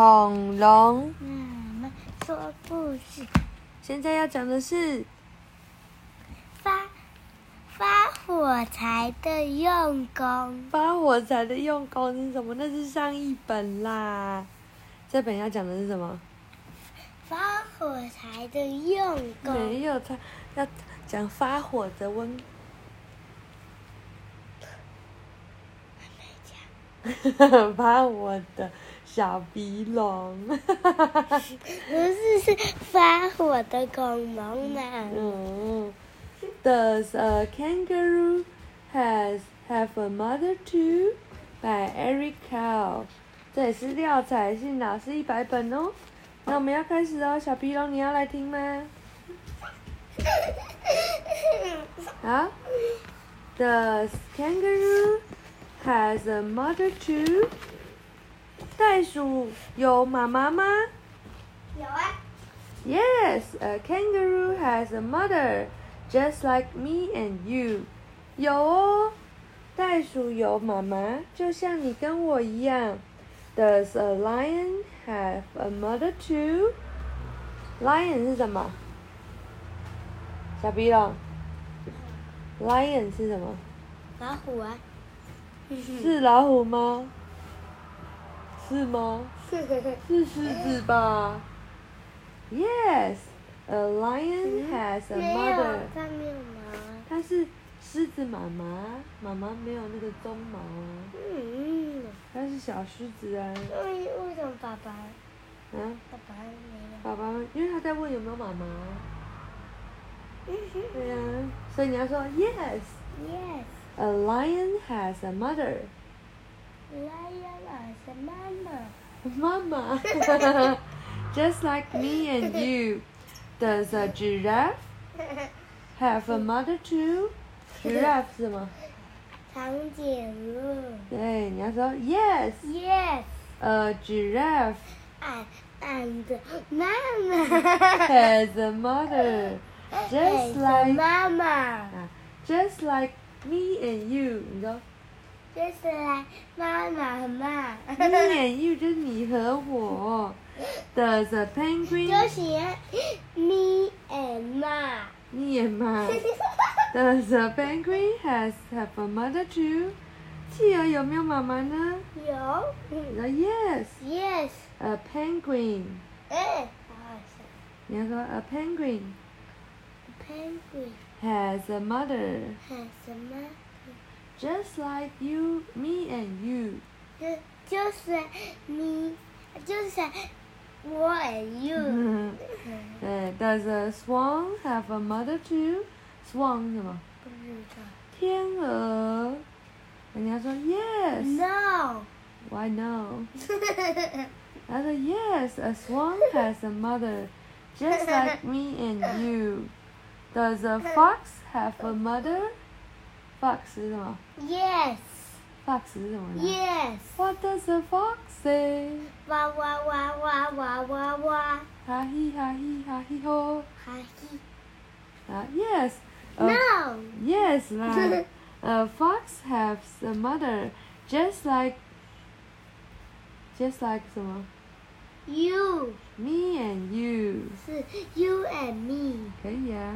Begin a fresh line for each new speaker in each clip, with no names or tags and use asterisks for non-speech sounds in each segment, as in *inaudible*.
恐龙。
妈妈说故事，
现在要讲的是
发发火柴的用功。
发火柴的用功是什么？那是上一本啦。这本要讲的是什么？
发火柴的用
没
功，
有，他要讲发火的温。 *laughs* 发火的小鼻龙，
不是是发火的恐龙呢。
嗯，Does a kangaroo has have a mother too? by Eric Carle。这也是廖彩信老师一百本哦。那我们要开始哦，小鼻龙，你要来听吗？Huh? The 啊 kangaroo has a mother too. 袋鼠有妈妈吗
有啊，
？Yes, a kangaroo has a mother, just like me and you. 有哦，袋鼠有妈妈，就像你跟我一样。Does a lion have a mother too? Lion 是什么？小鼻龙。Lion 是什么？
老虎啊。嗯
是老虎吗？是吗？是狮子吧？Yes, a lion has a
嗯没有
mother。
它没有毛。
它是狮子妈妈，妈妈没有那个鬃毛啊，
嗯，
它是小狮子啊。
为为什么爸爸
啊，
爸爸没有？
爸爸，因为他在问有没有妈妈。
嗯哼
对呀、啊，所以你要说 Yes,
Yes,
a lion has a mother。 *laughs*
lion is a mama.
Mama, *laughs* just like me
*laughs*
and you, does a giraffe have a mother
*laughs*
too? Giraffe 是吗？
长颈鹿。
对，你要说 Yes,
Yes,
a giraffe
I and mama.
has a mother, *laughs* just
It's a
like
mama.
啊 just like me and you。你说
Just like mama 嘛。
me
*laughs*
and you 就是你和我。Does a
就
penguin
写 me and ma. *laughs*
你也嘛？Does a penguin has have a mother too？企鹅有没有妈妈呢？
有。
你说 Uh, yes,
Yes. Eh.
a penguin。
哎，好好笑。
你要说 a penguin
Penguin
has a mother
has a mother.
just like you, me and you。
就就是你，就是我 and you。
*laughs* 对，Does a swan have a mother too? Swan 是什么？
不知道。
天鹅。人家说 yes,
No.
why no？他说 yes, a swan
*laughs*
has a mother just like me and you. Does a fox have a mother? Fox 是什么
*laughs* yes.
？Fox 是什么呢
Yes.
What does the fox say?
哇哇哇哇哇哇哇！
Ha he ha he ha he ho.
哈希。
Uh, yes. A,
No. *laughs*
Yes, right. a fox has a mother, just like, just like 什么
You *laughs*
me and you.
是 you and me.
可以啊。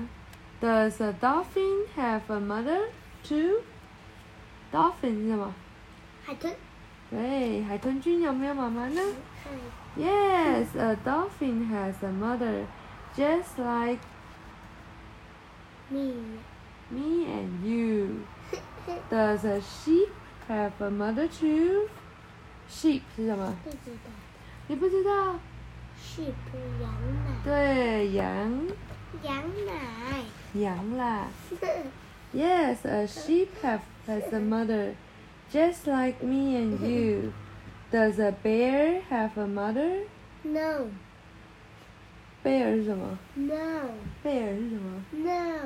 Does a dolphin have a mother too? Dolphin 是什么？
海豚。
对，海豚君有没有妈妈呢
海
？Yes, a dolphin has a mother, just like
me. *laughs*
me and you. Does a sheep have a mother too? Sheep 是什么？
不知道。
你不知道？
是不是羊奶？
对，羊，
羊奶。
羊啦。Yes, a sheep have has a mother, just like me and you. Does a bear have a mother?
no.
Bear 是什么
No.
？Bear 是什么？
No.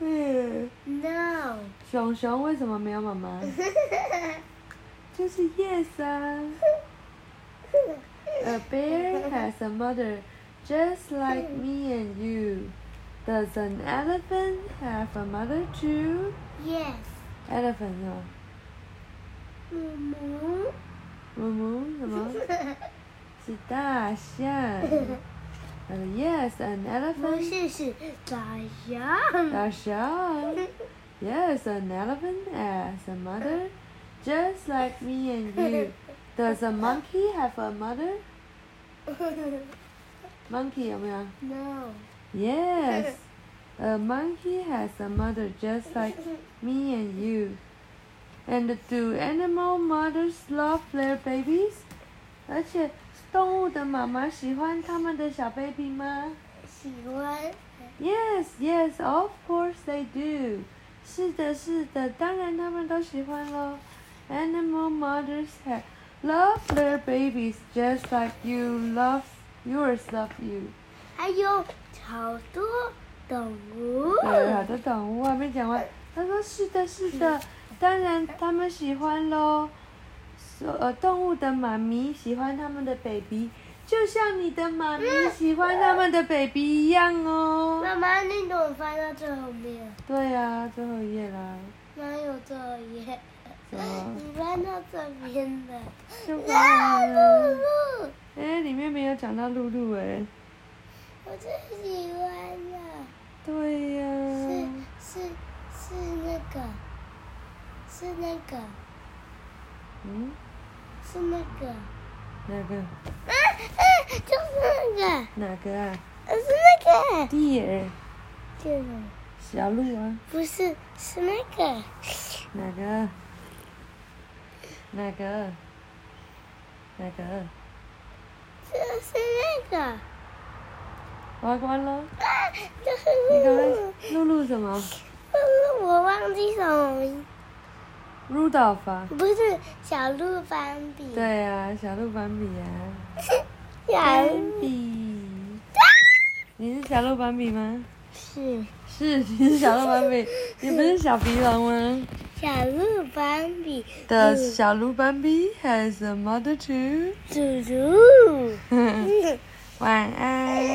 嗯，
No.
熊熊为什么没有妈妈？就是 yes 啊。A bear has a mother, just like me and you. Does an elephant have a mother too?
*laughs* yes.
Elephant 什么？
母母。
*laughs* 母母什么？是大象。Uh-huh.
*laughs*
呃，yes, Uh, an
不
elephant.
是是大象，
大象。Yes, an elephant has a mother, just like me and you. Does a monkey have a mother? Monkey 有没有
*laughs* no，
？Yes, a monkey has a mother, just like me and you. And do animal mothers love their babies? 而且动物的妈妈喜欢他们的小 baby 吗？
喜欢
Yes, yes, of course they do. 是的，是的，当然他们都喜欢咯。Animal mothers have love their babies just like you love yours love you.
还有好多动物，
对，啊好的，懂，我还没讲完。他说是的，是的，当然他们喜欢咯。所呃，动物的妈咪喜欢他们的 baby，就像你的妈咪喜欢他们的 baby 一样哦。
妈妈，你怎么翻到最后面？
对呀、啊，最后一页啦。
哪有最后一页？
怎么？
你翻到这边的，
就
啊，
完
露
了。
露，
哎、里面没有讲到露露哎、
我最喜欢的
对呀、
是
嗯
是是那个，是那个，
嗯，
是那个，
哪个？
啊啊，就是那个，
哪个啊？
呃是那个，
蒂尔，
这个
小鹿啊？
不是是那个，
哪个？哪个？哪个？
这是那个，
玩完了？
啊，就是
你
那
刚
个，
才露露什么
就是我忘记什么名，
？Rudolph 啊？
不是小鹿斑比，
对呀、小鹿斑比啊。
小
斑
鹿
比。你是小鹿斑比吗？
是
是，你是小鹿斑比。你不是小鼻龙吗？
小鹿斑比，
The 小鹿斑比 *laughs*
嗯
has a mother too
猪猪。
晚安。